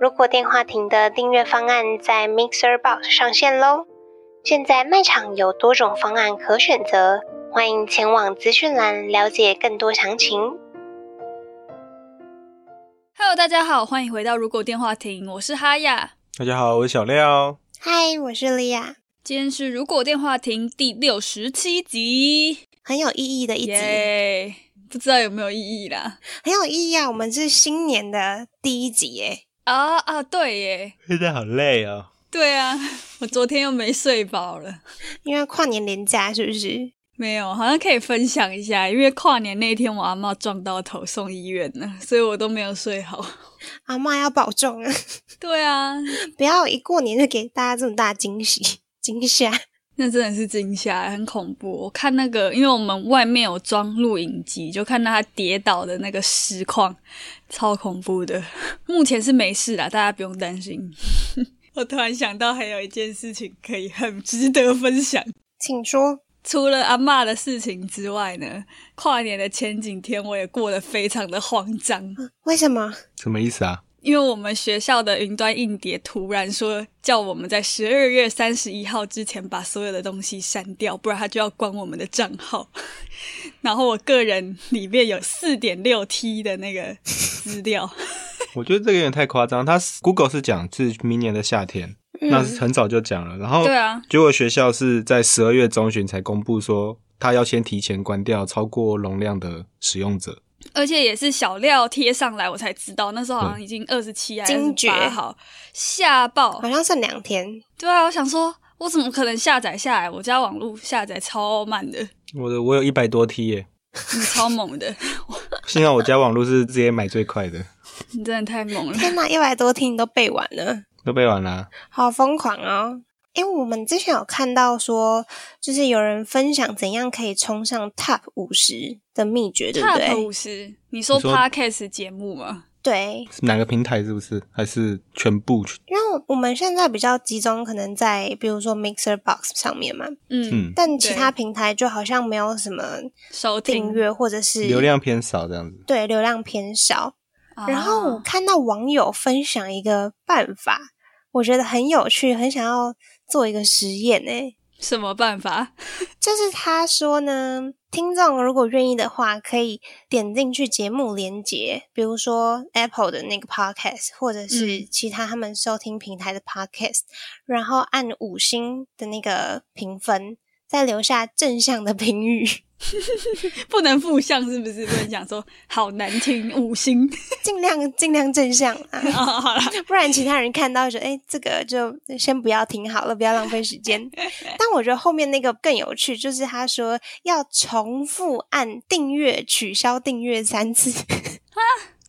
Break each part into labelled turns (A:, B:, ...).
A: 如果电话亭的订阅方案在 Mixer Box 上线喽。现在卖场有多种方案可选择，欢迎前往资讯栏了解更多详情。
B: Hello，大家好，欢迎回到《如果电话亭》，我是哈雅。
C: 大家好，我是小廖。
A: 嗨，我是莉亚，
B: 今天是《如果电话亭》第六十七集，
A: 很有意义的一集
B: 耶不知道有没有意义啦？
A: 很有意义啊！我们是新年的第一集耶，
B: 啊啊，对耶，
C: 现在好累哦。
B: 对啊， 我昨天又没睡饱了。
A: 因为跨年连假是不是？
B: 没有，好像可以分享一下，因为跨年那天我阿嬷撞到头送医院了，所以我都没有睡好。
A: 阿妈要保重啊，
B: 对啊，
A: 不要一过年就给大家这么大惊喜惊吓。
B: 那真的是惊吓，很恐怖。我看那个，因为我们外面有装录影机，就看到他跌倒的那个实况，超恐怖的。目前是没事啦，大家不用担心。 我突然想到，还有一件事情可以很值得分享。
A: 请说，
B: 除了阿嬷的事情之外呢，跨年的前几天我也过得非常的慌张，
A: 为什么？
C: 什么意思啊？
B: 因为我们学校的云端硬碟突然说叫我们在十二月三十一号之前把所有的东西删掉，不然他就要关我们的账号。 然后我个人里面有四点六 T 的那个资料，
C: 我觉得这个有点太夸张。他 Google 是讲是明年的夏天，
A: 嗯
C: 那是很早就讲了。然后
B: 嗯对啊，
C: 结果学校是在十二月中旬才公布说，他要先提前关掉超过容量的使用者。
B: 而且也是小料贴上来我才知道，那时候好像已经二十七还
A: 惊
B: 是
A: 觉
B: 八号，吓爆
D: 好！像剩两天，
B: 对啊，我想说，我怎么可能下载下来？我家网络下载超慢的，
C: 我的我有一百多 T 耶，
B: 你超猛的，
C: 幸好我家网络是直接买最快的，
B: 你真的太猛了。
D: 天哪，一百多听都背完了，
C: 都背完啦、
D: 好疯狂哦！诶，我们之前有看到说，就是有人分享怎样可以冲上 Top 五十的秘诀，对不
B: Top
D: 对？
B: 五十，你说
C: 你说
B: Podcast 节目吗？
D: 对，
C: 是哪个平台是不是？还是全部？
D: 因为我们现在比较集中，可能在比如说 Mixer Box 上面嘛，
B: 嗯，
C: 嗯，
D: 但其他平台就好像没有什么
B: 收
D: 订
B: 听。
D: 阅或者是
C: 嗯流量偏少这样子。
D: 对流量偏少。
B: 啊
D: 然后我看到网友分享一个办法，我觉得很有趣，很想要做一个实验欸诶。
B: 什么办法？
D: 就是他说呢，听众如果愿意的话，可以点进去节目连接，比如说 Apple 的那个 Podcast，或者是
B: 嗯
D: 其他他们收听平台的 Podcast，、然后按五星的那个评分，再留下正向的评语。
B: 不能负向是不是？不能讲 说好难听五星
D: 尽量尽量正向啊，
B: 啊、好啦，
D: 不然其他人看到就哎、诶这个就先不要听好了，不要浪费时间。 但我觉得后面那个更有趣，就是他说要重复按订阅、取消订阅三次。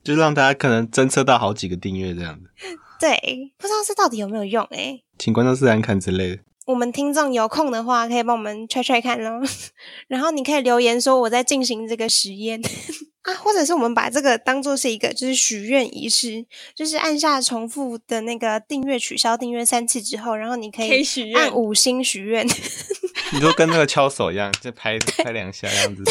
C: 就让大家可能侦测到好几个订阅这样子，
D: 对，不知道这到底有没有用诶、欸
C: 请关注自然看之类的。
D: 我们听众有空的话，可以帮我们 try try 看咯。 然后你可以留言说我在进行这个实验 啊，或者是我们把这个当做是一个就是许愿仪式，就是按下重复的那个订阅取消订阅三次之后，然后你可
B: 可以
D: 以
B: 许愿
D: 按。五星许愿。
C: 你说跟那个敲手一样，就拍拍两下这样子。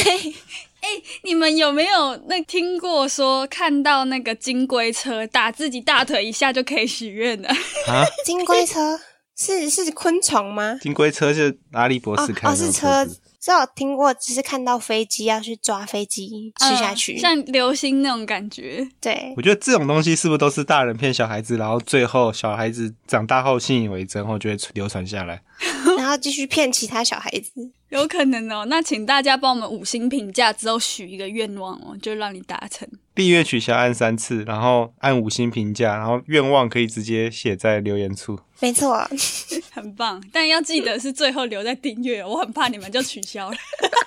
B: 你们有没有那听过说看到那个金龟车打自己大腿一下就可以许愿的？
C: 啊，
D: 金龟车是是昆虫吗？
C: 金龟车是阿笠博士开
D: 哦
C: 的那
D: 哦
C: 种
D: 是
C: 车
D: 车
C: 子，，
D: 所以我听过，只是看到飞机要去抓飞机吃下去。
B: 嗯像流星那种感觉。
D: 对，
C: 我觉得这种东西是不是都是大人骗小孩子，然后最后小孩子长大后信以为真后就会流传下来？
D: 然后继续骗其他小孩子。
B: 有可能哦，那请大家帮我们五星评价之后许一个愿望哦，就让你达成。
C: 订阅取消按三次，然后按五星评价，然后愿望可以直接写在留言 处。
D: 没错，
B: 很棒，但要记得是最后留在订阅哦，我很怕你们就取消了，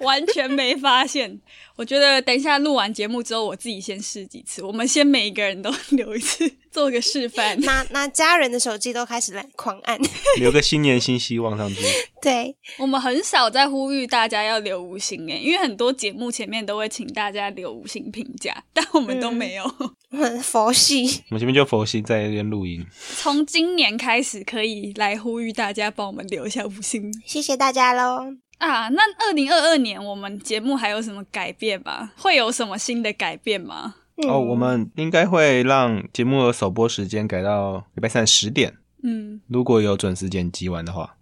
B: 完全没发现。我觉得等一下录完节目之后，我自己先试几次，我们先每一个人都 留一次，做个示 范。
D: 拿拿家人的手机都开始来狂按。
C: 留个新年新希望上去。
D: 对，
B: 我们很少在呼吁大家要留五星欸诶，因为很多节目前面都会请大家留五星评价，但我们都没有。
D: 我很佛系，
C: 我们前面就佛系在那边录音，
B: 从今年开始，可以来呼吁大家帮我们留一下五星
D: 谢谢大家喽。
B: 啊。那二零二二年我们节目还有什么改变吗？会有什么新的改变吗？
D: 嗯
C: 哦，我们应该会让节目的首播时间改到礼拜三十点，
B: 嗯，
C: 如果有准时剪辑完的话。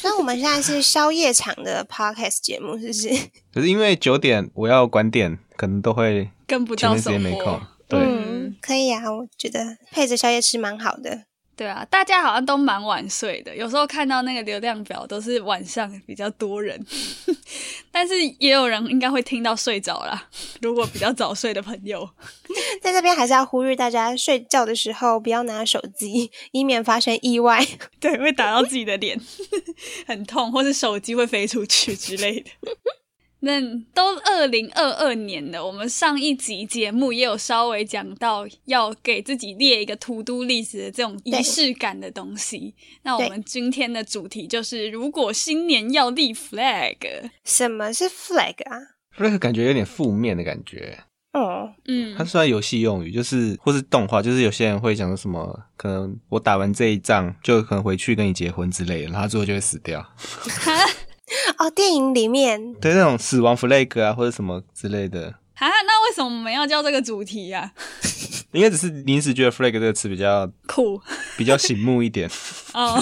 D: 所以我们现在是宵夜场的 podcast 节目，是不是？
C: 可是因为九点我要关店，可能都会
B: 跟不
C: 前
B: 到
C: 面时
B: 首
C: 间没空
B: 播。。
C: 对，
D: 嗯，可以啊，我觉得配着宵夜吃蛮好的。
B: 对啊，大家好像都蛮晚睡的，有时候看到那个流量表都是晚上比较多人， 但是也有人应该会听到睡着啦。如果比较早睡的朋友，
D: 在这边还是要呼吁大家，睡觉的时候不要拿手机，以免发生意外。
B: 对，会打到自己的脸， 很痛，或是手机会飞出去之类的。 那都二零二二年了，我们上一集节目也有稍微讲到要给自己列一个 to do list 的这种仪
D: 对
B: 式感的东西。那我
D: 对
B: 们今天的主题就是，如果新年要立 flag，
D: 什么是 flag 啊？
C: 那个感觉有点负面的感觉。
D: 哦，
B: 嗯
C: 它，虽然游戏用语，就是或是动画，就是有些人会讲说什么，可能我打完这一仗就可能回去跟你结婚之类的，然后他最后就会死掉。
B: 哈
D: 哦，电影里面
B: 嗯
C: 对，那种死亡 flag 啊，或者什么之类的，
B: 哈，那为什么我们要叫这个主题 呀、
C: 应该只是临时觉得 flag 这个词比较
B: 酷
C: 比较醒目 一点。
B: 哦，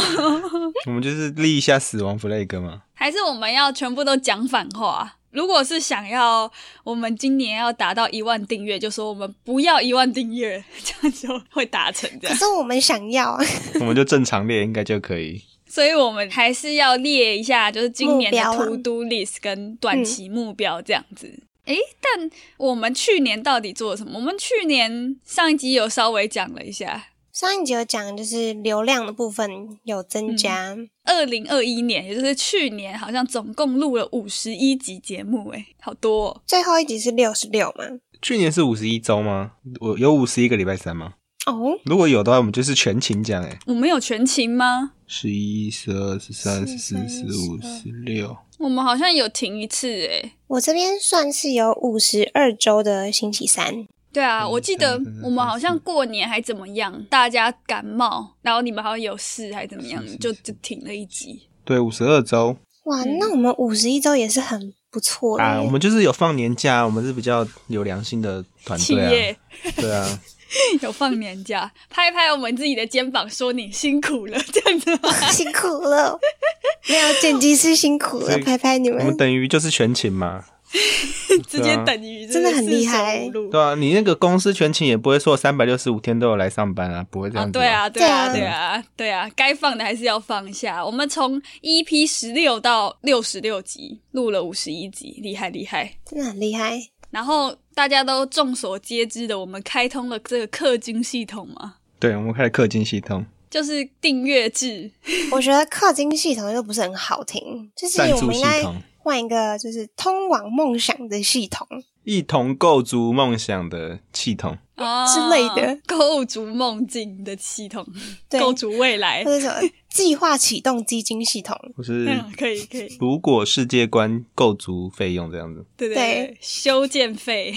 C: 我们就是立一下死亡 flag 嘛。
B: 还是我们要全部都讲反话？如果是想要我们今年要达到一万订阅，就说我们不要一万订阅， 这样就会达成这
D: 可
B: 样。
D: 是我们想要啊，
C: 我们就正常列应该就可以。
B: 所以我们还是要列一下，就是今年的
D: 目标啊
B: to do list 跟短期目标这样子。诶、但我们去年到底做了什么？我们去年上一集有稍微讲了一下，
D: 上一集有讲，就是流量的部分有增加，
B: 二零二一年，也就是去年，好像总共录了五十一集节目，诶，好多、哦。
D: 最后一集是六十六嘛？
C: 去年是五十一周吗？我有五十一个礼拜三吗？
D: 哦，
C: 如果有的话，我们就是全勤奖哎、
B: 我们有全勤吗？
C: 十一、十二、十三、十四、十五、十六，
B: 我们好像有停一次，欸诶。
D: 我这边算是有五十二周的星期三，
B: 对啊，
C: 嗯
B: 我记得
C: 对对对
B: 我们好像过年还怎么样，大家感冒，然后你们好像有事还怎么样
C: 是是，
B: 就是就停了一集。
C: 对，五十二周
D: 哇，
B: 嗯
D: 那我们五十一周也是很不错的耶、
C: 啊。我们就是有放年假，我们是比较有良心的团
B: 企
C: 队
B: 业
C: 啊。对啊，
B: 有放年假，拍拍我们自己的肩膀，说你辛苦了，这样子 吗。
D: 辛苦了，没有剪辑师辛苦
C: 所
D: 了，
C: 以
D: 拍拍你
C: 我
D: 们
C: 们。等于就是全勤嘛。啊
B: 直接等于
D: 真的很厉害
B: 四舍五入
C: 对啊，你那个公司全勤也不会说三百六十五天都有来上班啊，不会这样子、
B: 对，啊，对啊，
D: 对
B: 对啊，对啊，该放的还是要放一下。我们从 EP 十六到六十六集录了五十一集，厉害厉害。
D: 真的很厉害。
B: 然后大家都众所皆知的，我们开通了这个氪金系统嘛，
C: 对，我们开始氪金系统，
B: 就是订阅制。
D: 我觉得氪金系统又不是很好听，就是
C: 赞
D: 我
C: 助
D: 们
C: 系
D: 应该
C: 统，
D: 换一个，就是通往梦想的系统。
C: 一同构筑梦想的系统。
B: 啊
D: 之类的，
B: 构筑梦境的系统，
D: 对
B: 构筑未来
D: 或。者什么计划启动基金系统，
C: 或是
B: 嗯，可以可以，
C: 如果世界观构筑费用这样子，
B: 对对
D: 对
B: 对，修建费。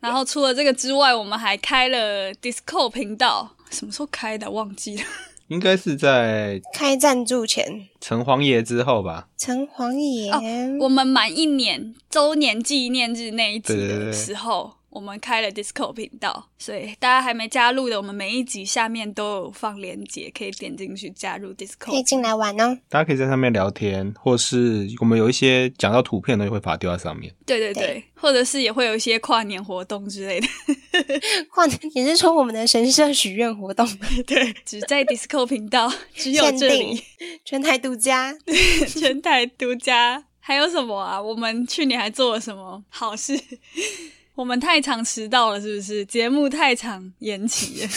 B: 然后除了这个之外，我们还开了 Discord 频道，什么时候开的忘记了。
C: 应该是在
D: 开赞助前，
C: 城隍爷之后吧？
D: 城隍爷、
C: 哦
B: 我们满一年周年纪念日那一集
C: 对对对
B: 的时候，我们开了 Disco 频道，所以大家还没加入的，我们每一集下面都有放链接，可以点进去加入
D: 可以
B: Disco。
D: 进来玩哦。
C: 大家可以在上面聊天，或是我们有一些讲到图片的东西会把它丢在上面。
B: 对对对，
D: 对
B: 或者是也会有一些跨年活动之类的，
D: 换你是说我们的神社许愿活动
B: 对，只在 Disco 频道，只有
D: 限
B: 这里
D: 定，全台独 家？
B: 全 台独家。还有什么啊？我们去年还做了什么好事？我们太常迟到了，是不是？节目太常延期了，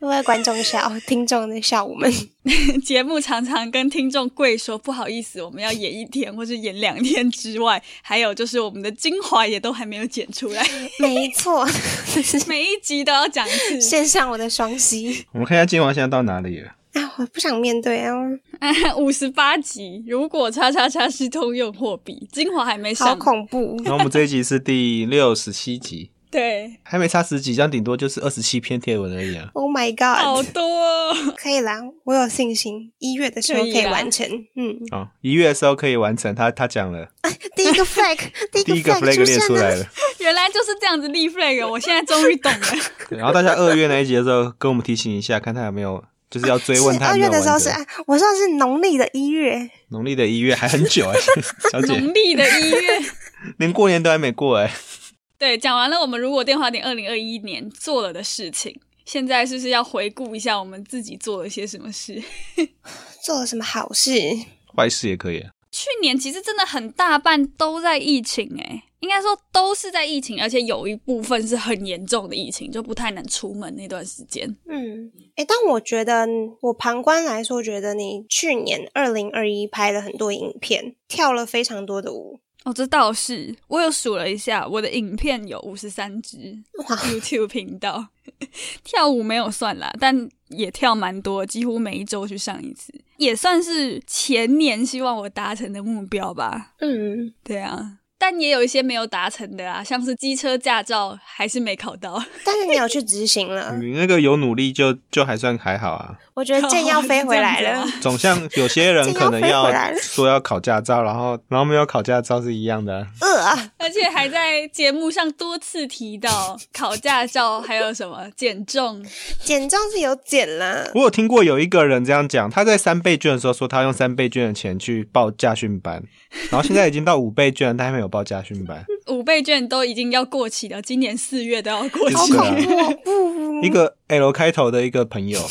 D: 因为观众笑，听众在笑 我们。
B: 节目常常跟听众跪说不好意思，我们要演一天或是演两天之外，还有就是我们的精华也都还没有剪出来，
D: 没错，
B: 嗯每一集都要讲一次。
D: 献上我的双膝
C: 我们看一下金王现在到哪里了。
D: 啊！我不想面对啊，
B: 嗯五十八集，如果叉叉叉是通用货币，精华还没
D: 好
B: 上。
D: 恐怖。
C: 然后我们这一集是第六十七集，
B: 对，
C: 还没差十集，这样顶多就是二十七篇贴文而已啊。
D: Oh my
B: 好
D: god！
B: 多哦、
D: 可以啦，我有信心，一月的时候
B: 可
D: 可
B: 以
D: 以
B: 啦
D: 完成。嗯，啊
C: 哦，一月的时候可以完成，他他讲了，
D: 第一 个 flag，第
C: 第
D: 一
C: 一个
D: flag
C: flag
D: 出
C: 列出
D: 现
C: 来
D: 了。
C: 了。
B: 原来就是这样子立 flag，我现在终于懂了。
C: 对然后大家二月那一集的时候，跟我们提醒一下，看他有没有，就是要追问
D: 是
C: 他
D: 二
C: 有没
D: 月
C: 有
D: 的
C: 完
D: 时候
C: 成。
D: 是，啊我说的是农历的一月，
C: 农历的一月还很 久哎、小姐，
B: 农历的一月，
C: 连过年都还没过哎、
B: 对，讲完了。我们如果电话点二零二一年做了的事情，现在是不是要回顾一下我们自己做了些什么事？
D: 做了什么好事？
C: 坏事也可以啊。
B: 去年其实真的很大半都在疫情、欸，应该说都是在疫情，而且有一部分是很严重的疫情，就不太能出门那段时间。
D: 嗯，诶，但我觉得我旁观来说，觉得你去年二零二一拍了很多影片，跳了非常多的舞，
B: 哦，这倒是，我有数了一下，我的影片有五十三支
D: 哇，
B: ，YouTube 频道 跳舞没有算啦，但也跳蛮多，几乎每一周去上一次，也算是前年希望我达成的目标吧。
D: 嗯，
B: 对啊，但也有一些没有达成的啊，像是机车驾照还是没考到。
D: 但是你有去执行了，
C: 你那个有努力就就还算还好啊。
D: 我觉得剑要飞回来
B: 这样
D: 了
B: 子。啊
C: 总像有些人可能
D: 这要飞
C: 要
D: 回来了
C: 说要考驾照，然后然后没有考驾照是一样的啊。
D: 呃啊，
B: 而且还在节目上多次提到考驾照，还有什么减重，
D: 减重是有减 啦，
C: 我有听过有一个人这样讲，他在三倍券的时候说他用三倍券的钱去报驾训班，然后现在已经到五倍券了，他还没有报驾训班。
B: 五倍券都已经要过期了，今年四月都要过
C: 好
B: 期
C: 恐
B: 了。
C: 怖
D: 我哦不
C: 一个 L 开头的一个朋友，啊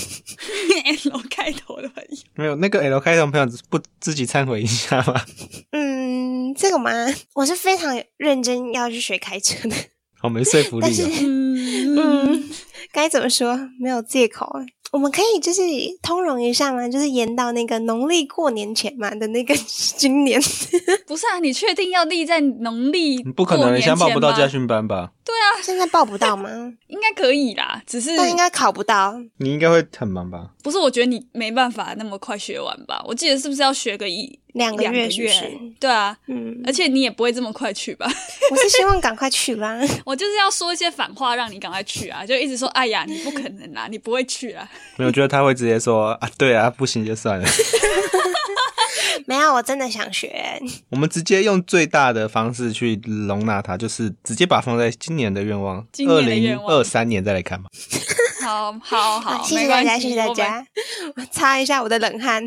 B: L 开头的朋友，
C: 没有那个 L 开头的朋友不自己忏悔一下吗？
D: 嗯，这个嘛， 我是非常认真要去学开车的，
C: 好没说服力
D: 但是
C: 哦。
B: 嗯，
D: 嗯， 该怎么说？没有借口啊。我们可以就是通融一下嘛，就是延到那个农历过年前嘛的那个 今年。
B: 不是啊，你确定要立在农历
C: 你不可能，
B: 过
C: 人
B: 年
C: 家
B: 前
C: 报不到
B: 吗
C: 驾训班吧？
D: 现在报不到吗？
B: 应该可以啦，只是
D: 但应该考不到。
C: 你应该会很忙吧？
B: 不是，我觉得你没办法那么快学完吧？我记得是不是要学个一
D: 两个
B: 两
D: 月
B: 个
D: 是不是
B: 月？对啊，
D: 嗯，
B: 而且你也不会这么快去吧？
D: 我是希望赶快去啦。
B: 我就是要说一些反话，让你赶快去啊！就一直说，哎呀，你不可能啦，你不会去啊！
C: 没有，我觉得他会直接说啊，对啊，不行就算了。
D: 没有，我真的想学。
C: 我们直接用最大的方式去容纳它，就是直接把它放在今年的愿望，
B: 今
C: 二
B: 年的愿
C: 零
B: 望
C: 二三年再来看吧。
B: 好好好，
D: 啊谢谢
B: 没
D: 大
B: 关
D: 家，
B: 系
D: 谢谢大。
B: 我们
D: 家。我擦一下我的冷汗。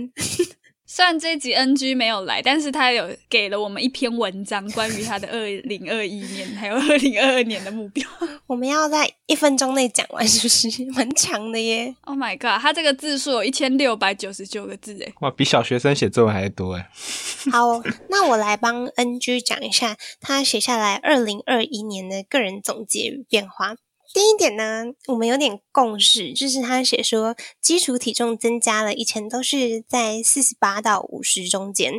B: 虽然这一集 NG 没有来，但是他有给了我们一篇文章，关于他的二零二一年还有 二零二二年的目标。
D: 我们要在一分钟内讲完，是不是？ 蛮长的耶。
B: Oh my god，他这个字数有一千六百九十九个字欸诶，
C: 哇，比小学生写作文还多哎！
D: 好，哦那我来帮 NG 讲一下他写下来二零二一年的个人总结与变化。第一点呢，我们有点共识，就是他写说基础体重增加了，以前都是在四十八到五十中间，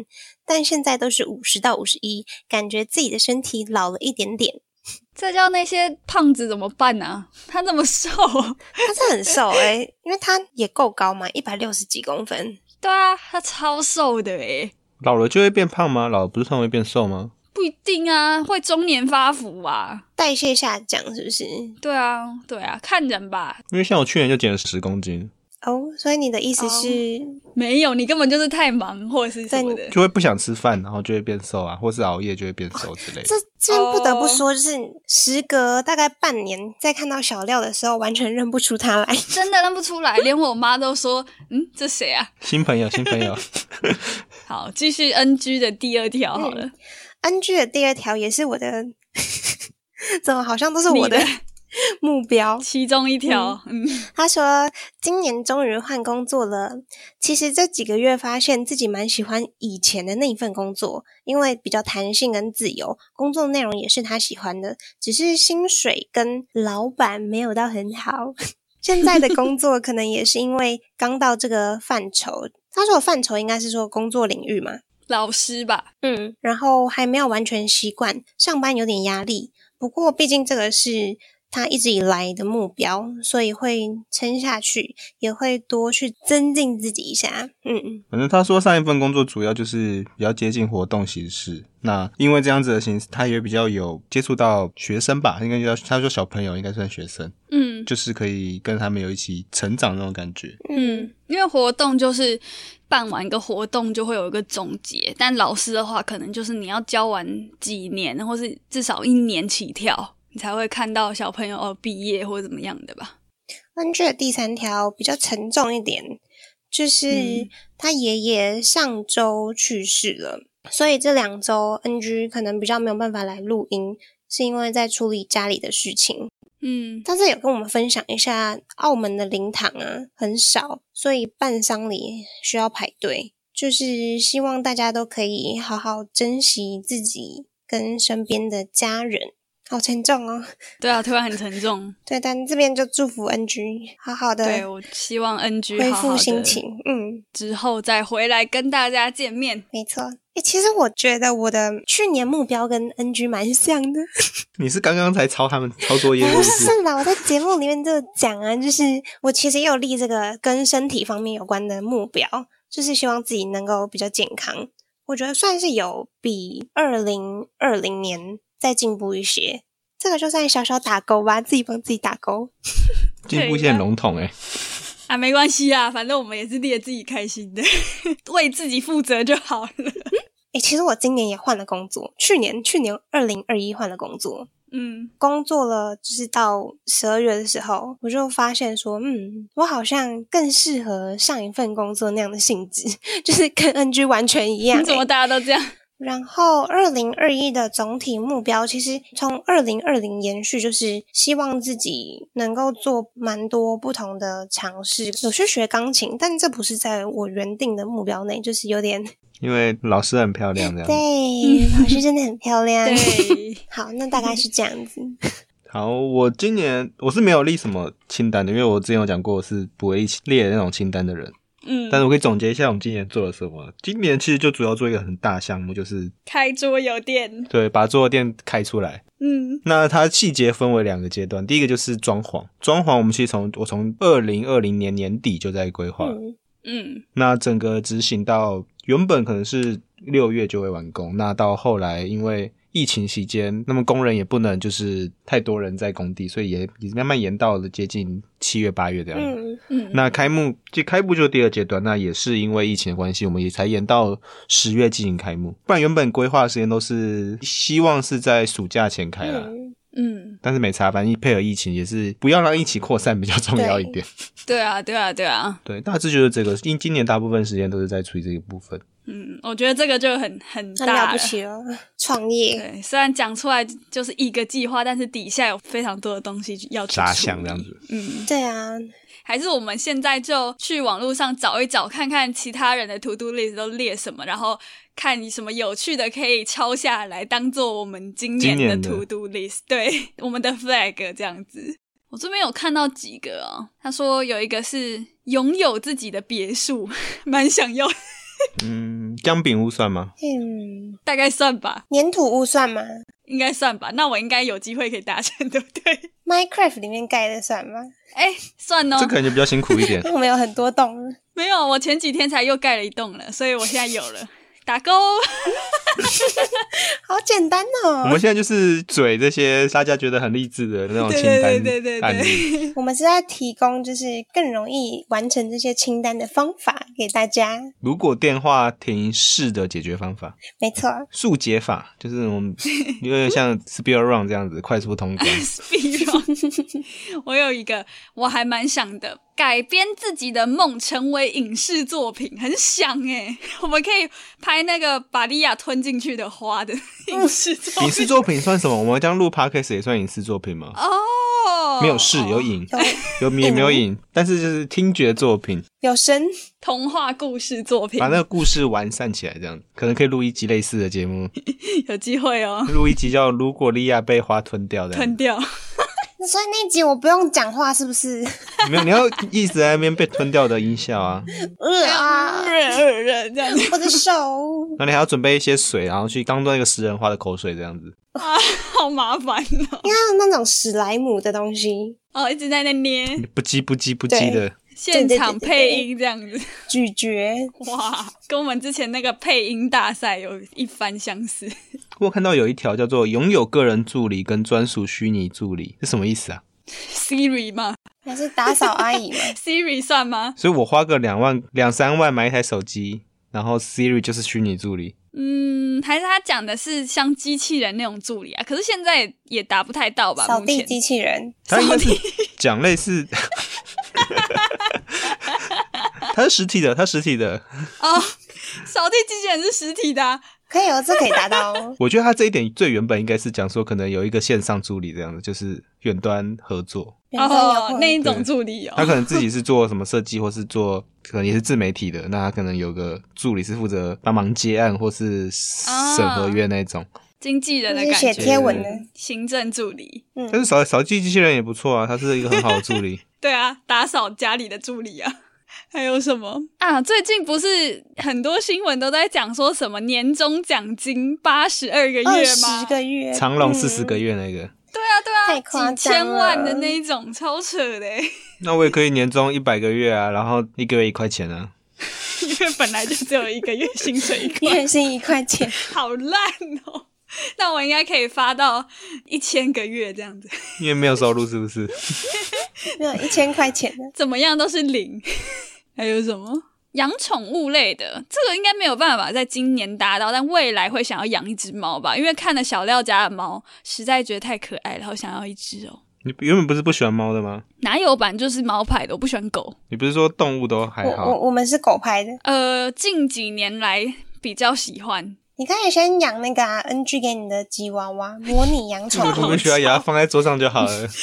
D: 但现在都是五十到五十一，感觉自己的身体老了一点点。
B: 这叫那些胖子怎么办啊？他那么瘦，
D: 他是很瘦诶、因为他也够高嘛，一百六十几公分。
B: 对啊，他超瘦的诶，
C: 老了就会变胖吗？老了不是通常会变瘦吗？
B: 不一定啊，会中年发福啊。
D: 代谢下降是不是？
B: 对啊，对啊，看人吧。
C: 因为像我去年就减了十公斤，
D: 哦、所以你的意思
B: 哦
D: 是
B: 没有，你根本就是太忙或者是什么的。
C: 就会不想吃饭，然后就会变瘦啊，或是熬夜就会变瘦之类的
D: 这。这边不得不
B: 哦
D: 说，就是时隔大概半年，再看到小廖的时候，完全认不出他来。
B: 真的认不出来，连我妈都说：“嗯，这谁啊
C: 新朋友，新朋友，？”
B: 好，继续 NG 的第二条好了。
D: NG 的第二条也是我的，怎么好像都是我
B: 你的
D: 的？ 目标。
B: 其中一条，嗯，
D: 他说今年终于换工作了。其实这几个月发现自己蛮喜欢以前的那一份工作，因为比较弹性跟自由，工作内容也是他喜欢的，只是薪水跟老板没有到很好。 现在的工作可能也是因为刚到这个范畴，他说的范畴应该是说工作领域嘛，
B: 老师吧，
D: 嗯，然后还没有完全习惯，上班有点压力。不过毕竟这个是他一直以来的目标，所以会撑下去，也会多去增进自己一下。嗯，
C: 反正他说上一份工作主要就是比较接近活动形式，那因为这样子的形式，他也比较有接触到学生吧，应该叫他说小朋友应该算学生，
B: 嗯
C: 就是可以跟他们有一起成长那种感觉。
B: 嗯，因为活动就是办完一个活动就会有一个总结，但老师的话，可能就是你要教完几年，或是至少一年起跳，你才会看到小朋友哦毕业或怎么样的吧。
D: 根据第三条比较沉重一点，就是
B: 嗯
D: 他爷爷上周去世了，所以这两周 NG 可能比较没有办法来录音，是因为在处理家里的事情。
B: 嗯，
D: 但是有跟我们分享一下，澳门的灵堂啊很少，所以办丧礼需要排队。就是希望大家都可以好好珍惜自己跟身边的家人。好沉重哦，
B: 对啊，突然很沉重。
D: 对，但这边就祝福 NG 好好的
B: 对我希望 NG
D: 恢
B: 好好
D: 复
B: 地
D: 心情。嗯，
B: 之后再回来跟大家见面。
D: 没错。诶、其实我觉得我的去年目标跟 NG 蛮像的，
C: 你是刚刚才抄他们抄作业
D: 不
C: 是不是？
D: 是啦，我在节目里面就有讲啊，就是我其实也有立这个跟身体方面有关的目标，就是希望自己能够比较健康。我觉得算是有比二零二零年再进步一些，这个就算小小打勾吧，自己帮自己打勾。
C: 进步线笼统哎、
B: 啊，没关系啊，反正我们也是列自己开心的， 为自己负责就好了。
D: 诶、其实我今年也换了工作，去年去年二零二一换了工作，
B: 嗯，
D: 工作了，就是到十二月的时候，我就发现说，嗯，我好像更适合上一份工作那样的性质， 就是跟 NG 完全一样、
B: 怎么
D: 欸
B: 大家都这样？
D: 然后，二零二一的总体目标，其实从二零二零延续，就是希望自己能够做蛮多不同的尝试。有去学钢琴，但这不是在我原定的目标内，就是有点
C: 因为老师很漂亮这样。
D: 对，老师真的很漂亮。
C: 哎
B: 对，
D: 好，那大概是这样子。
C: 好，我今年我是没有立什么清单的，因为我之前有讲过我是不会一起列那种清单的人。
B: 嗯，
C: 但是我可以总结一下我们今年做了什么。今年其实就主要做一个很大项目，就是
B: 开桌游店，
C: 对把桌游店开出来。
B: 嗯
C: 那它细节分为两个阶段，第一个就是装潢，装潢我们其实从我从二零二零年年底就在规划了，
D: 嗯，
B: 嗯
C: 那整个执行到原本可能是六月就会完工，那到后来因为疫情期间，那么工人也不能就是太多人在工地，所以也也慢慢延到了接近七月八月这样。
D: 嗯，
B: 嗯，
C: 那开幕这开幕就是第二阶段，那也是因为疫情的关系，我们也才延到十月进行开幕。不然原本规划的时间都是希望是在暑假前开啦，
D: 嗯
B: 嗯，
C: 但是没差，反正配合疫情也是不要让疫情扩散比较重要一点。
B: 对啊，对啊，对啊，
C: 对，大致就是这个，因今年大部分时间都是在处理这个部分。
B: 嗯，我觉得这个就很很
D: 很了
B: 大
D: 不起哦，创业。
B: 对，虽然讲出来就是一个计划，但是底下有非常多的东西要去
C: 杂
B: 处
C: 项
B: 理
C: 这样子。
B: 嗯，
D: 对啊，
B: 还是我们现在就去网络上找一找，看看其他人的 to do list 都列什么，然后看你什么有趣的可以抄下来，当做我们今
C: 今
B: 的
C: 年的
B: to do list，对 我们的 flag 这样子。我这边有看到几个哦，他说有一个是拥有自己的别墅， 蛮想要，
C: 嗯，姜饼屋算吗？
D: 嗯，
B: 大概算吧，
D: 粘土屋算吗
B: 应该算吧。那我应该有机会可以达成， 对不对？
D: ？Minecraft 里面盖的算吗？
B: 哎，算哦，
C: 这可能就比较辛苦一点。
D: 那我们有很多栋，
B: 没有，我前几天才又盖了一栋了，所以我现在有了，打勾。
D: 好简单
C: 我
D: 哦。
C: 们现在就是嘴这些大家觉得很励志的那种清单案
B: 对
C: 例。
B: 对对对对
D: 我们是在提供就是更容易完成这些清单的方法给大家。
C: 如果电话亭式的解决方法，
D: 没错，
C: 速解法就是我们有点像 speed run 这样子快速通关。
B: 必我有一个我还蛮想的，改编自己的梦成为影视作品，很想哎、 我们可以拍那个把利亚吞进去的花的影视作
C: 影
B: 品
C: 视作品算什么？我们这样录 podcast 也算影视作品吗？
B: 哦，
C: 没有是有影，
D: 有
C: 有也没有影，但是就是听觉作品，
D: 有神，
B: 童话故事作品
C: 把，那个故事完善起来，这样可能可以录一集类似的节目，
B: 有机会哦，
C: 录一集叫《如果利亚被花吞掉》这
B: 吞
C: 样，
B: 掉。
D: 那所以那一集我不用讲话，是不是？
C: 没有你要一直在那边被吞掉的音效啊，
D: 呃啊，
B: 这样子，
D: 我的手。
C: 那你还要准备一些水，然后去当做一个食人花的口水这样子。
B: 好麻烦哦。
D: 应该有那种史莱姆的东西，
B: 哦，一直在那捏，
C: 不羁不羁不羁的，
B: 现场配音这样子，
D: 咀嚼。
B: 哇，跟我们之前那个配音大赛有一番相似。
C: 我看到有一条叫做“拥有个人助理跟专属虚拟助理”，是什么意思啊？
B: Siri 吗
D: 还是打扫阿 姨嘛？
B: ？Siri 算吗？
C: 所以我花个两万两三万买一台手机，然后 Siri 就是虚拟助理，
B: 嗯，还是他讲的是像机器人那种助理啊？可是现在也也达不太到吧？
D: 扫
B: 目
D: 地
B: 前
D: 机器人，
C: 它应该是讲类似， 它是实体的，它实体的。
B: 哦，扫地机器人是实体的啊、
D: 可以哦，这可以达到哦。
C: 我觉得它这一点最原本应该是讲说，可能有一个线上助理这样的，就是远端合作。
D: 远端遥
B: 哦，
D: 控
B: 那一种
C: 对
B: 助理
C: 他
B: 哦，
C: 可能自己是做什么设计，或是做可能也是自媒体的，那他可能有个助理是负责帮忙接案或是审核约那种。
D: 啊
B: 经纪人的
D: 就是
B: 感
D: 写
B: 觉，
D: 贴文的，
B: 行政助理，
C: 但
D: 嗯，
C: 是扫扫地机器人也不错啊，他是一个很好的助 理。
B: 对啊，打扫家里的助理啊。 还有什么啊？最近不是很多新闻都在讲说什么年终奖金八十二个月
D: 二十
B: 吗？
D: 个月，
C: 长隆
D: 嗯
C: 四十个，月那个，
B: 对啊，对啊，
D: 太夸张
B: 几千万的
D: 了
B: 那一种，超扯的欸，
C: 那我也可以年终一百个月啊，然后一个月一块钱啊。
B: 因为本来就只有一个月薪水一块，
D: 月薪一块 钱，
B: 好烂哦。 那我应该可以发到一千个月这样子，
C: 因为没有收入，是不是？
D: 没有一千块钱的，
B: 怎么样都是零。 还有什么养宠物类的？这个应该没有办法在今年达到，但未来会想要养一只猫吧？因为看了小廖家的猫，实在觉得太可爱了，好想要一只哦。
C: 你原本不是不喜欢猫的吗？
B: 哪有版就是猫派的，我不喜欢狗。
C: 你不是说动物都 还
D: 我我
C: 好？
D: 我们是狗牌的，
B: 呃，近几年来比较喜欢，
D: 你可以先养那个啊，NG 给你的吉娃娃，模拟养宠
C: 我
D: 物
C: 不。需要把它放在桌上就好了。
B: 好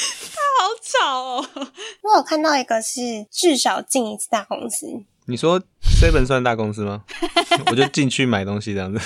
B: 吵哦。
D: 我有看到一个是至少进一次大公司，
C: 你说 seven 算大公司 吗？我就进去买东西这样子。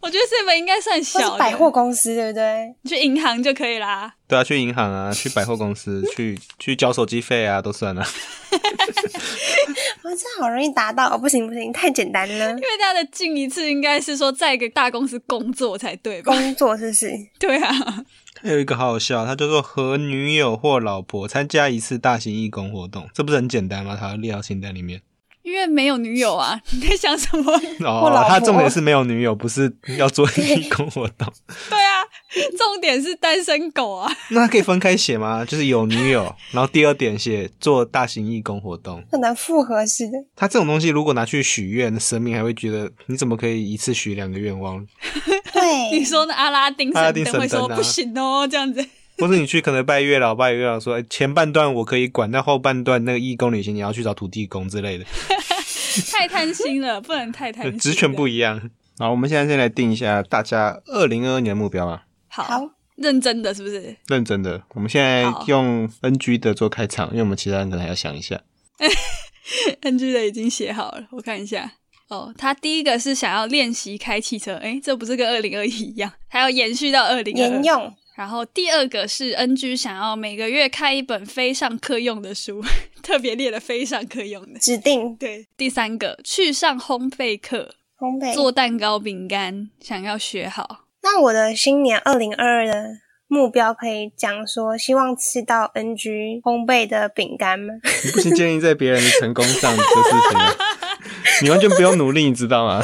B: 我觉得 seven 应该算
D: 或
B: 小
D: 是
B: 的
D: 百货公司，对不对？
B: 你去银行就可以啦。
C: 对啊，去银行 啊，去百货公司，去去交手机费啊，都算啊。
D: 啊，这好容易达到，哦不行不行，太简单 了。
B: 因为他的近一次应该是说在一个大公司工作才对吧？
D: 工作是不是？
B: 对啊，
C: 还有一个好好笑，他叫做和女友或老婆参加一次大型义工活动，这不是很简单吗？他列到清单里面。
B: 因为没有女友啊， 你在想什么？
C: 哦
D: 老，婆
C: 他重点是没有女友，不是要做义工活动。
B: 对啊，重点是单身狗啊，
C: 那他可以分开写吗？就是有女友，然后第二点写做大型义工活动。
D: 可能复合式的，
C: 他这种东西如果拿去许愿，神明还会觉得你怎么可以一次许两个愿望？
D: 对，
B: 你说呢？阿拉丁
C: 阿拉
B: 神
C: 丁
B: 灯会
C: 神灯
B: 说
C: 啊
B: 不行哦，这样子。
C: 或者你去可能拜月老，拜月老说、哎前半段我可以管，但后半段那个义工旅行你要去找土地公之类的。
B: 太贪心了，不能太贪心。
C: 职权不一样。好，我们现在先来定一下大家二零二二年的目标啊，
B: 好，
D: 好，
B: 认真的是不是？
C: 认真的。我们现在
B: 好
C: 用 NG 的做开场，因为我们其他人可能还要想一下。
B: NG 的已经写好了，我看一下。哦，他第一个是想要练习开汽车，诶，这不是跟二零二一一样，他要延续到二零
D: 沿
B: 二。
D: 用
B: 然后第二个是 NG 想要每个月开一本非上课用的书，特别列了非上课用的。
D: 指定
B: 对，第三个去上烘焙课，
D: 烘焙。
B: 做蛋糕、饼干，想要学好。
D: 那我的新年二零二二的目标可以讲说，希望吃到 NG 烘焙的饼干吗？
C: 你不行，建议在别人的成功上做事情 啊，你完全不用努力，你知道吗？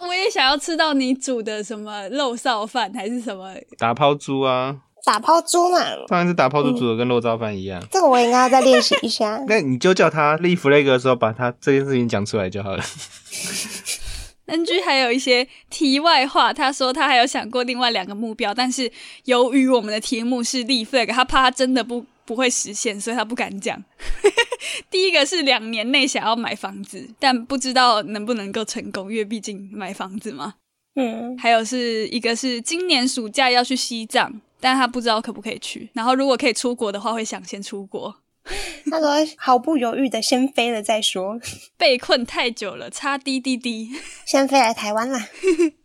B: 那我也想要吃到你煮的什么肉臊饭还是什么
C: 打抛猪啊，
D: 打抛猪嘛，
C: 当然是打抛猪煮的跟肉燥饭一样。。
D: 这个我应该要再练习一下
C: 那你就叫他立 flag 的时候，把他这件事情讲出来就好了。
B: NG 还有一些题外话，他说他还有想过另外两个目标，但是由于我们的题目是立 flag，他怕他真的不不会实现，所以他不敢讲。 第一个是两年内想要买房子，但不知道能不能够成功，因为毕竟买房子嘛。
D: 嗯，
B: 还有是一个是今年暑假要去西藏，但他不知道可不可以去。然后如果可以出国的话，会想先出国。
D: 他说毫不犹豫的先飞了再说，
B: 被困太久了，擦滴滴滴。
D: 先飞来台湾啦。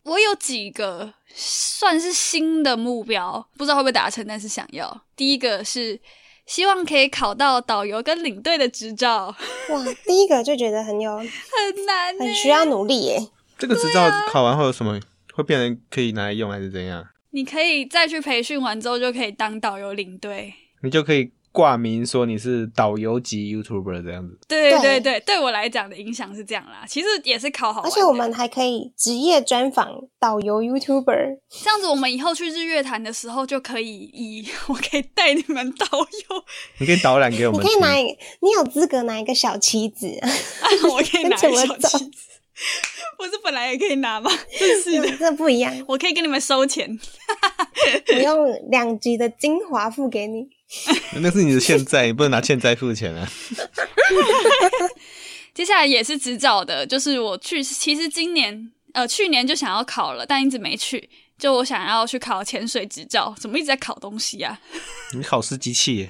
B: 我有几个算是新的目标，不知道会不会达成，但是想要。第一个是希望可以考到导游跟领队的执照，
D: 哇，第一个就觉得很有
B: 很难、
D: 很
B: 欸。
D: 需要努力耶。
C: 这个执照
D: 啊
C: 考完后有什么会变成可以拿来用还是怎样？
B: 你可以再去培训完之后就可以当导游领队。
C: 你就可以挂名说你是导游级 YouTuber 这样子。
B: 对
D: 对
B: 对对，对我来讲的影响是这样啦。其实也是考好玩
D: 而
B: 的，
D: 且我们还可以职业专访导游 YouTuber，
B: 这样子，我们以后去日月潭的时候就可以以 我可以带你们导 游，
C: 你可以导览给我
D: 你
C: 们
D: 可
C: 听。
D: 以拿一，你有资格拿一个小旗子，
B: 啊、我可以拿
D: 怎么
B: 手
D: 走
B: 机， 不是本来也可以拿吗？真是的，
D: 这不一样，
B: 我可以跟你们收钱。
D: 我用两集的精华付给你。
C: 那是你的欠债，你不能拿欠债付钱啊。
B: 接下来也是执照的，就是我去，其实今年呃去年就想要考了，但一直没去。就我想要去考潜水执照，怎么一直在考东西啊？
C: 你考试机器耶，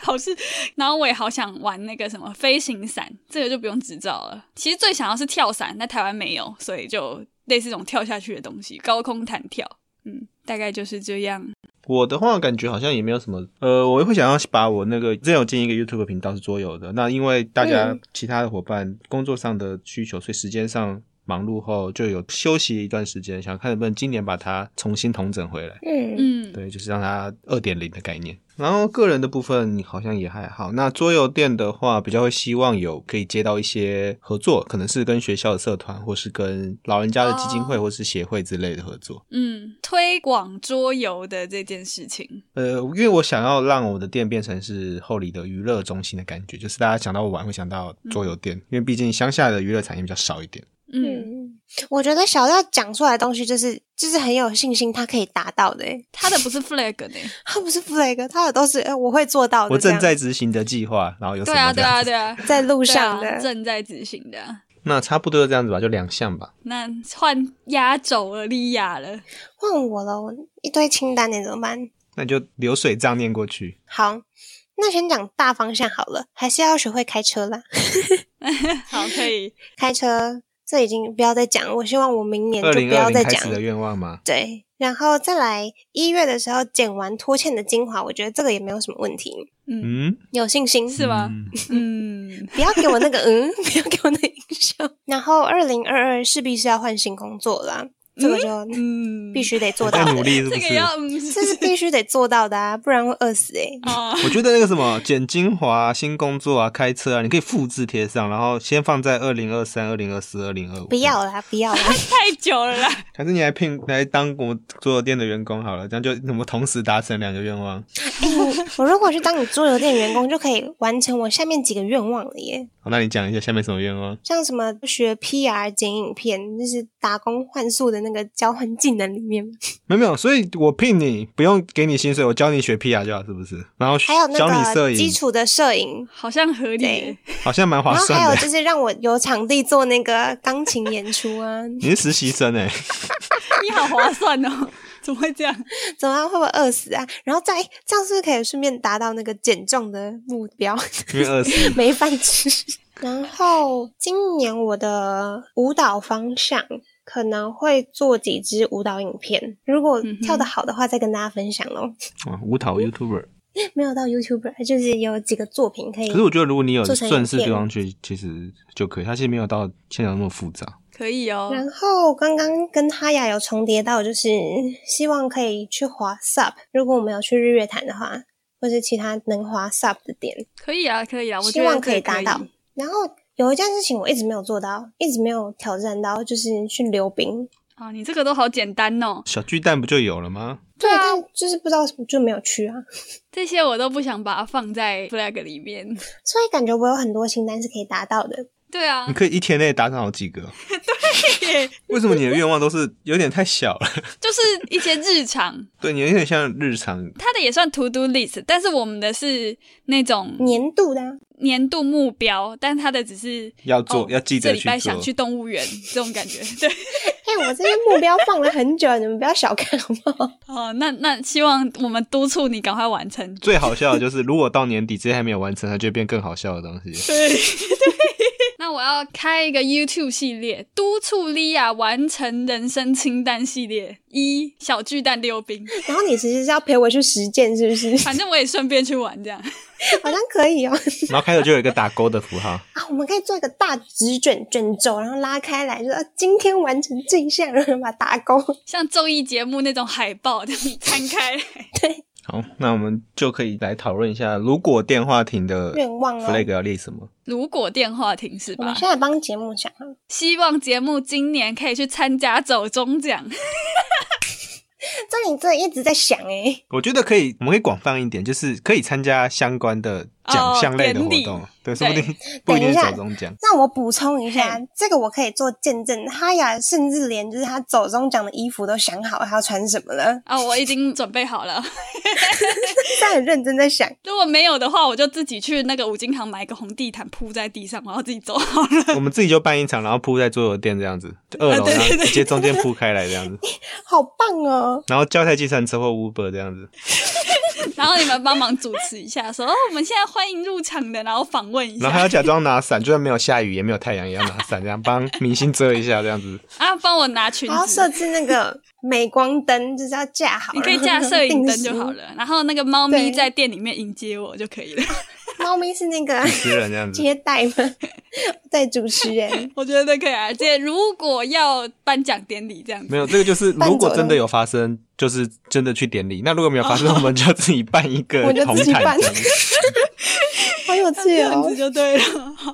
B: 考试，然后我也好想玩那个什么飞行伞，这个就不用执照了。其实最想要是跳伞，但台湾没有，所以就类似这种跳下去的东西，高空弹跳。嗯，大概就是这样。
C: 我的话感觉好像也没有什么，呃，我会想要把我那个之前有建一个 YouTube 频道是桌游的，那因为大家
D: 嗯
C: 其他的伙伴工作上的需求，所以时间上忙碌后就有休息一段时间，想看能不能今年把它重新统整回来。
D: 嗯，
B: 嗯，
C: 对，就是让它二点零的概念。然后个人的部分好像也还好。那桌游店的话，比较会希望有可以接到一些合作，可能是跟学校的社团，或是跟老人家的基金会
B: 哦
C: 或是协会之类的合作。
B: 嗯，推广桌游的这件事情，
C: 呃，因为我想要让我的店变成是后里的娱乐中心的感觉，就是大家想到玩会想到桌游店，因为毕竟乡下的娱乐产业比较少一点。
B: 嗯，
D: 嗯，我觉得小廖讲出来的东西，就是就是很有信心，他可以达到的欸。
B: 他的不是 flag 呢、
D: 他不是 flag，他的都是呃我会做到的。
C: 我正
D: 这
C: 在
D: 样
C: 执行的计划，然后 有什
B: 对
C: 么
B: 啊，
C: 这
B: 对
C: 样
B: 啊，
C: 子
B: 对啊，
D: 在路
B: 对
D: 上
B: 啊，
D: 的，
B: 正在执行的啊。
C: 那差不多就这样子吧，就两项吧。
B: 那换压轴了，莉亚了。
D: 换我了，我一堆清单，你欸怎么办？
C: 那就流水账念过去。
D: 好，那先讲大方向好了，还是要学会开车啦。
B: 好，可以。
D: 开车这已经不要再讲，我希望我明年
C: 二
D: 就
C: 零
D: 不
C: 二
D: 要
C: 零
D: 再
C: 开
D: 讲
C: 始。的愿望吗？
D: 对，然后再来一月的时候剪完拖欠的精华，我觉得这个也没有什么问题，
B: 嗯，
C: 嗯，
D: 有信心。
B: 是吗？
C: 嗯
B: 嗯，
D: 不要给我那个嗯， 不要给我那个音效。 然后二零二二势必是要换新工作啦，这个就
B: 嗯，
D: 必须得做
C: 我
D: 到
C: 在
D: 的，
C: 努力是不
B: 这
C: 是？
B: 个要嗯
D: 这是必须得做到的啊，不然会饿死诶、
B: 啊，
C: 我觉得那个什么剪精华、新工作啊、开车啊，你可以复制贴上，然后先放在二零二三、二零二四、二零二五。
D: 不要，啦，不要 啦，
B: 太久了啦。
C: 还是你来聘来当我桌游店的员工好了，这样就我们同时达成两个愿望。
D: 我如果去当你桌游店员工，就可以完成我下面几个愿望了耶，
C: 好，那你讲一下下面什么愿望？
D: 像什么学 PR 剪影片，就是打工换宿的那个交换技能里面，
C: 没有没有，所以我聘你不用给你薪水，我教你学 PR 就好，是不是？然后
D: 还有那
C: 教你摄
D: 个基
C: 影，
D: 础的摄影，
B: 好像合理耶，
C: 好像蛮划
D: 然后还
C: 算
D: 有
C: 的。
D: 就是让我有场地做那个钢琴演出啊，
C: 你是实习生哎、
B: 你好划算哦， 怎么会这样？
D: 怎么样会不会饿死啊？然后再这样是不是可以顺便达到那个减重的目标？
C: 因为二十，
D: 没饭吃。然后今年我的舞蹈方向可能会做几支舞蹈影片，如果
B: 嗯哼
D: 跳得好的话，再跟大家分享咯。
C: 哇，哦舞蹈 YouTuber。
D: 没有到 YouTuber，就是有几个作品可以
C: 可。是我觉得如果你有
D: 做成影
C: 顺势
D: 片
C: 对上去，其实就可以，它其实没有到现场那么复杂。
B: 可以哦，
D: 然后刚刚跟哈雅有重叠到，就是希望可以去滑 Sub，如果我们有去日月潭的话，或是其他能滑 Sub 的点。
B: 可以啊，可以啊，我
D: 希
B: 觉得
D: 望可以
B: 以
D: 达到。然后有一件事情我一直没有做到，一直没有挑战到，就是去溜冰。
B: 啊，你这个都好简单哦，
C: 小巨蛋不就有了吗？
D: 对啊，但就是不知道为什么就没有去啊，
B: 这些我都不想把它放在 flag 里面。
D: 所以感觉我有很多清单是可以达到的。
B: 对啊
C: 你，可以一天内打上好几个，为什么你的愿望都是有点太小了？
B: 就是一些日常，
C: 对你有点像日常，
B: 他的也算 to do list，但是我们的是那种
D: 年度的啊、
B: 年度目标，但他的只是
C: 要做
B: 哦
C: 要记得
B: 这礼拜
C: 去做
B: 想去动物园 这种感觉。对，
D: 哎，我这些目标放了很久，你们不要小看好不好？
B: 哦，那那希望我们督促你赶快完成。
C: 最好笑的就是，如果到年底这些还没有完成，它就会变更好笑的东西。
B: 对对，那我要开一个 YouTube 系列，督促莉亚完成人生清单系列一小巨蛋溜冰，
D: 然后你其实是要陪我去实践，是不是？
B: 反正我也顺便去玩这样。
D: 好像可以哦。
C: 然后开头就有一个打勾的符号，
D: 啊，我们可以做一个大纸卷卷轴，然后拉开来，就说啊今天完成这一项，然后把它打勾。
B: 像综艺节目那种海报，就是摊开来。
C: 好，那我们就可以来讨论一下，如果电话亭的
D: 愿望哦
C: flag 要立什么？
B: 如果电话亭是
D: 我们
B: 吧？
D: 现在帮节目啊讲，
B: 希望节目今年可以去参加走中奖，
D: 这你这一直在想哎，
C: 我觉得可以，我们可以广泛一点，就是可以参加相关的奖
B: 哦
C: 项类的活
B: 典礼
C: 动，对，说不定不
D: 等
C: 一定
D: 一
C: 是
D: 下
C: 手中奖。
D: 让我补充一下，这个我可以做见证。哈雅甚至连就是他走中奖的衣服都想好他要穿什么了，
B: 啊、我已经准备好了。
D: 他很认真在想。
B: 如果没有的话，我就自己去那个五金行买一个红地毯铺在地上，然后自己走好了。
C: 我们自己就办一场，然后铺在桌游店这样 子，二楼
B: 对
C: 然
B: 对
C: 后
B: 对
C: 直接中间铺开来这样子，
D: 好棒哦！
C: 然后交代计程车或 Uber 这样子。
B: 然后你们帮忙主持一下，说哦，我们现在欢迎入场的，然后访问一
C: 然后还
B: 下
C: 要假装拿伞，就算没有下雨也没有太阳，也要拿伞，这样帮明星遮一下，这样子。
B: 啊，帮我拿裙
D: 然后设
B: 子。
D: 置那个镁光灯，就是要架
B: 啊
D: 好，
B: 你可以
D: 然
B: 架
D: 后
B: 摄影
D: 定
B: 灯
D: 时
B: 就好。了，然后那个猫咪
D: 对
B: 在店里面迎接我就可以了。
D: 猫咪是那 个
C: 主持人这 样子，
D: 接待吗？对，主持人。
B: 我觉得可以啊，而且如果要颁奖典礼这样子，
C: 没有这个就是，
D: 伴
C: 如果
D: 奏
C: 真的
D: 的
C: 有发生，就是真的去典礼；那如果没有发 生，我们就自己办一个
D: 我就
C: 红
D: 自己
C: 毯
D: 办
C: 这样子。
D: 好有
B: 这
D: 趣
B: 样
D: 哦
B: 子！就对了。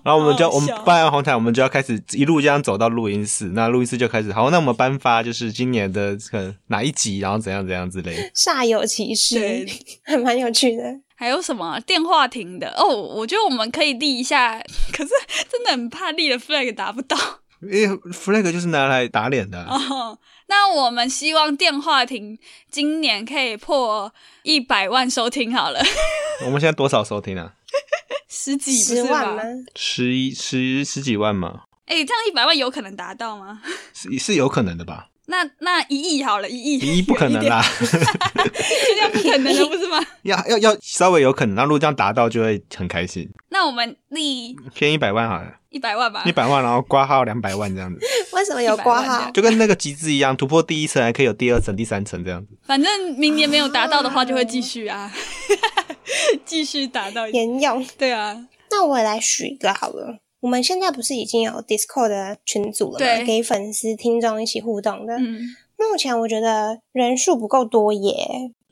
C: 然后我们就
B: 好好
C: 我们
B: 笑
C: 办完红毯，我们就要开始一路这样走到录音室。那录音室就开始，好，那我们颁发就是今年的可能哪一集，然后怎样怎样之类 的。
D: 煞有其事
B: 对，
D: 还蛮有趣的。
B: 还有什么电话亭的哦？我觉得我们可以立一下，可是真的很怕立了 flag 达不到
C: 因为 flag 就是拿来打脸的啊、
B: 哦。那我们希望电话亭今年可以破一百万收听好了，
C: 我们现在多少收听啊？
B: 十几不
D: 十
B: 是吧
D: 万吗？？
C: 十一十十几万嘛，
B: 哎、这样一百万有可能达到吗？
C: 是是有可能的 吧？
B: 那那一亿好了，一亿
C: 一亿不可能 啦，，
B: 这样不可能的不是吗？
C: 要要要稍微有可能。那如果这样达到，就会很开心。
B: 那我们立
C: 偏一百万好了，
B: 一百万吧
C: 一。百万，然后挂号两百万这样子，
D: 为什么有
B: 100
D: 挂
B: 万这
D: 号
B: 样？
C: 就跟那个集资一样，突破第一层还可以有第二层、第三层这样子。
B: 反正明年没有达到的话，就会继续啊， 继续达到。
D: 沿用。
B: 对啊，
D: 那我也来许一个好了。我们现在不是已经有 Discord 的群组了
B: 对
D: 吗？给粉丝、听众一起互动的。
B: 嗯，
D: 目前我觉得人数不够多耶。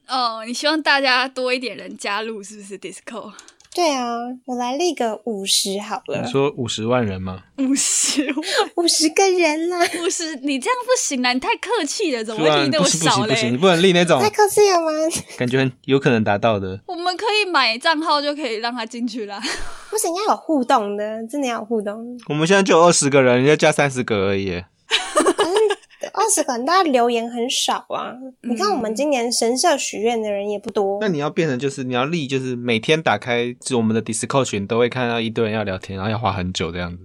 B: 哦，你希望大家多一点人加入，是不是？Disco
D: 对啊，我来立个五十好了
C: 你，说五十万人吗？
B: 五十，
D: 五十个人啊啦，
B: 五十，你这样不行啊啦，你太客气了，怎么
C: 不
B: 会
C: 然
B: 立那
C: 啊不
B: 么
C: 行不行
B: 少
C: 不行，你
B: 嘞？
C: 不能立那种
D: 太客气了吗？
C: 感觉很有可能达到的。
B: 我们可以买账号就可以让他进去啦。
D: 不行，要有互动的，真的要有互动。
C: 我们现在就有二十个人，要加三十个而已耶。
D: 二十个人，大家留言很少啊。
B: 嗯
D: 你看我们今年神社许愿的人也不多
C: 那，你要变成就是你要立，就是每天打开就我们的 Discord 群，都会看到一堆人要聊天，然后要花很久这样子。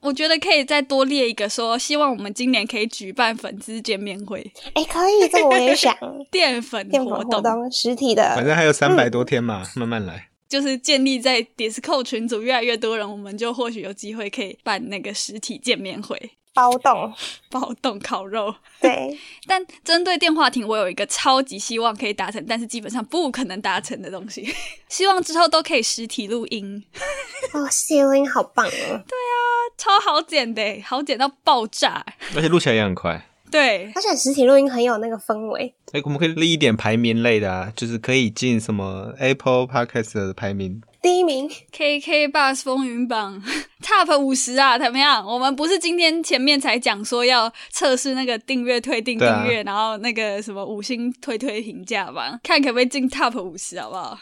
B: 我觉得可以再多列一个说希望我们今年可以举办粉丝见面会、
D: 哎、可以，这个我也想。
B: 淀粉
D: 电
B: 活
D: 粉
B: 动
D: 活，动，实体
B: 呃
C: 反
D: 的，
C: 正还有三百多天嘛，
B: 嗯
C: 慢慢来。
B: 就是建立在 Disco 群组越来越多人，我们就或许有机会可以办那个实体见面会，
D: 包动，
B: 暴动烤肉。
D: 对，
B: 但针对电话亭，我有一个超级希望可以达成，但是基本上不可能达成的东西， 希望之后都可以实体录音，
D: 哦，谢音好棒哦！
B: 超好剪的，好剪到爆炸。
C: 而且录起来也很快。
B: 对，
D: 而且实体录音很有那个氛围，
C: 哎、我们可以立一点排名类的啊，就是可以进什么 Apple Podcast 的排名。
D: 第一名
B: KK Bus 风云榜 Top 五十啊，怎么样？我们不是今天前面才讲说要测试那个订阅退订
C: 对啊
B: 订阅，然后那个什么五星推推评价吧，看可不可以进 Top 五十，好不 好？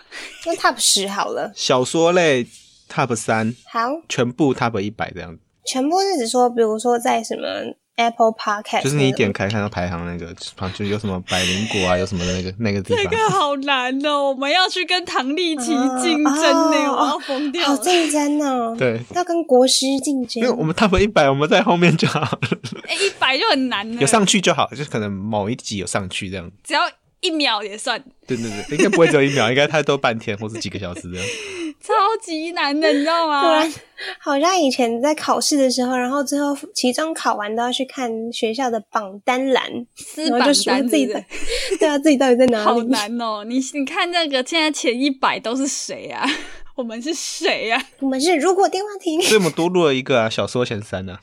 D: 那 Top 十好了，
C: 小说类 Top 三，
D: 好，
C: 全部 Top 一百这样子。
D: 全部是指说，比如说在什么 Apple Podcast，
C: 就是你一点开看到排行那个旁就有什么百灵果啊，有什么的那个那个地
B: 这
C: 方，
B: 个好难哦，我们要去跟唐丽琪竞争呢、
D: 哦
B: 我要疯掉
D: 好
B: 了。
D: 竞争 哦，
C: 对，
D: 要跟国师竞
C: 因
D: 争
C: 为。我们 top 一百，我们在后面就好了，
B: 哎、一百就很难呢，
C: 有上去就好，就是可能某一集有上去这样。
B: 只要一秒也算，
C: 对对对，应该不会只有一秒，应该它都半天或是几个小时这样。
B: 超级难的，你知道
D: 不
B: 吗？
D: 然，好像以前在考试的时候，然后最后期中考完都要去看学校的榜单栏，
B: 撕
D: 然
B: 榜
D: 后就
B: 单
D: 数自己
B: 对不
D: 的
B: 对，
D: 对啊，自己到底在哪里？
B: 好难哦。你你看那个现在前一百都是谁啊？ 我们是谁啊？
D: 我们是如果电话亭
C: 所以我们多录了一个啊，小说前三 啊。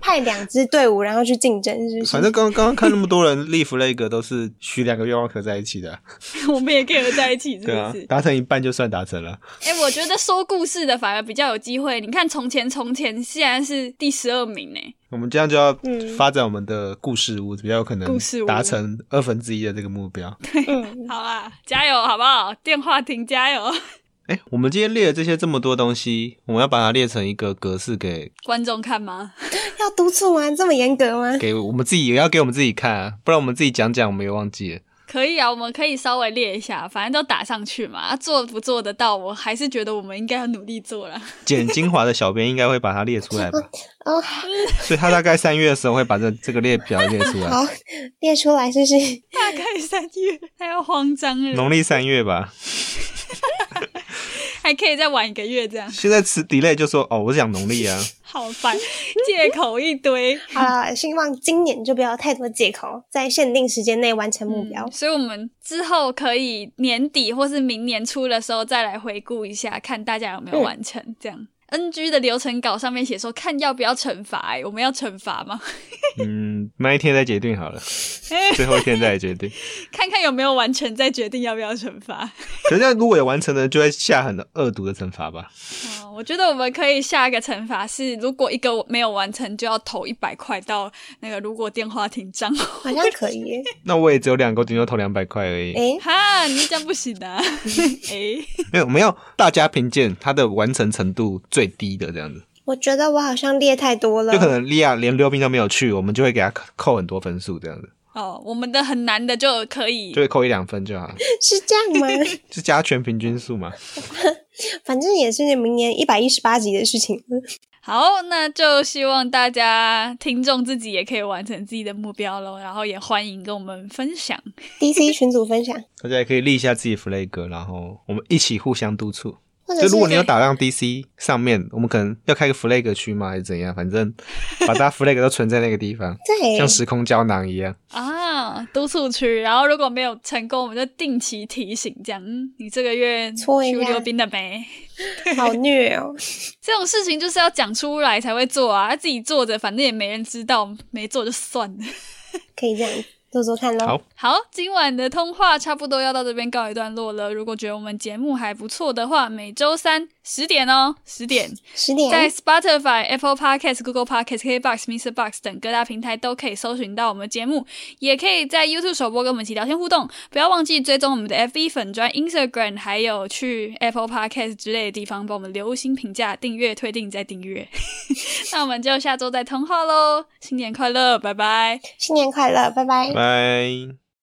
D: 派两支队伍，然后去竞争，是不是？
C: 反正刚刚刚看那么多人立 flag 都是许两个愿望合在一 起的啊，
B: 我们也可以合在一起，是不
C: 对啊
B: 是，？
C: 达成一半就算达成了。
B: 哎、我觉得说故事的反而比较有机会。你看，从前从前现在是第十二名呢，
C: 我们这样就要
D: 嗯
C: 发展我们的故事屋，比较有可能
B: 故事屋
C: 达成二分之一的这个目标。
D: 嗯，
B: 好啦，加油好不好？电话亭加油，
C: 哎，我们今天列的这些这么多东西，我们要把它列成一个格式给
B: 观众看吗？
D: 要督促吗？这么严格 吗？
C: 给我们自己，也要给我们自己看啊，不然我们自己讲讲，我们也忘记了。
B: 可以啊，我们可以稍微列一下，反正都打上去嘛。啊做不做得到，我还是觉得我们应该要努力做了。
C: 剪精华的小编应该会把它列出来吧，
D: 哦，
C: 所以他大概三月的时候会把这这个列表列出来，
D: 好，列出来，是不是？
B: 大概三月，他要慌张了，
C: 农历三月吧。
B: 还可以再晚一个月这样，
C: 现在吃 delay 就说哦，我是讲农历啊，
B: 好烦，借口一堆。
D: 好了，希望今年就不要太多借口，在限定时间内完成目标。
B: 嗯所以我们之后可以年底或是明年初的时候再来回顾一下，看大家有没有
D: 嗯
B: 完成、这样。NG 的流程稿上面写说，看要不要惩罚、欸，我们要惩罚吗？
C: 嗯，那一天再决定 好了，最后一天再来决定。
B: 看看有没有完成，再决定要不要惩罚。
C: 可是这样如果有完成的，就会下很恶毒的惩罚吧。
B: 哦，我觉得我们可以下一个惩罚是，如果一个没有完成，就要投一百块到那个如果电话亭账户。
D: 好像可以 耶，
C: 那我也只有两个，我顶多投两百块而 已。
D: 诶，
B: 哈，你这样不行 啊！哎、
C: 没有，我们要大家评鉴它的完成程度最低的这样子，
D: 我觉得我好像列太多了
C: 就，可能莉亚连溜冰都没有去，我们就会给他扣很多分数这样子，
B: 哦，我们的很难的就可以
D: 嗯
C: 就会扣一两分就好了，
D: 是这 样吗？
C: 就加权平均数嘛。
D: 反正也是明年一百一十八集的事情。嗯
B: 好，那就希望大家听众自己也可以完成自己的目标喽，然后也欢迎跟我们分享。
D: DC 群组分享，
C: 大家也可以立一下自己 flag，然后我们一起互相督促。
D: 或
C: 就
D: 者
C: 如果你
D: 是
C: 有打量 DC 上面，我们可能要开个 flag 区嘛，还是怎样？反正把大家 flag 都存在那个地方，
D: 对
C: 像时空胶囊一样。
B: 啊，督促区，然后如果没有成功，我们就定期提醒，这样，嗯，你这个月去
D: 搓一下
B: 溜冰了没？
D: 好虐哦，
B: 这种事情就是要讲出来才会做啊，自己做着反正也没人知道，没做就算了。
D: 可以这样做做看喽。
C: 好
B: 好，今晚的通话差不多要到这边告一段落了。如果觉得我们节目还不错的话，每周三十点哦，十点
D: 十点
B: 在 Spotify、Apple Podcast、Google Podcast、KBox、Mr. Box 等各大平台都可以搜寻到我们的节目，也可以在 YouTube 首播跟我们一起聊天互动。不要忘记追踪我们的 FB 粉专、Instagram，还有去 Apple Podcast 之类的地方帮我们留星评价、订阅、推定再订阅。 那我们就下周再通话喽，新年快乐，拜拜。
D: 新年快乐，拜拜
C: 拜。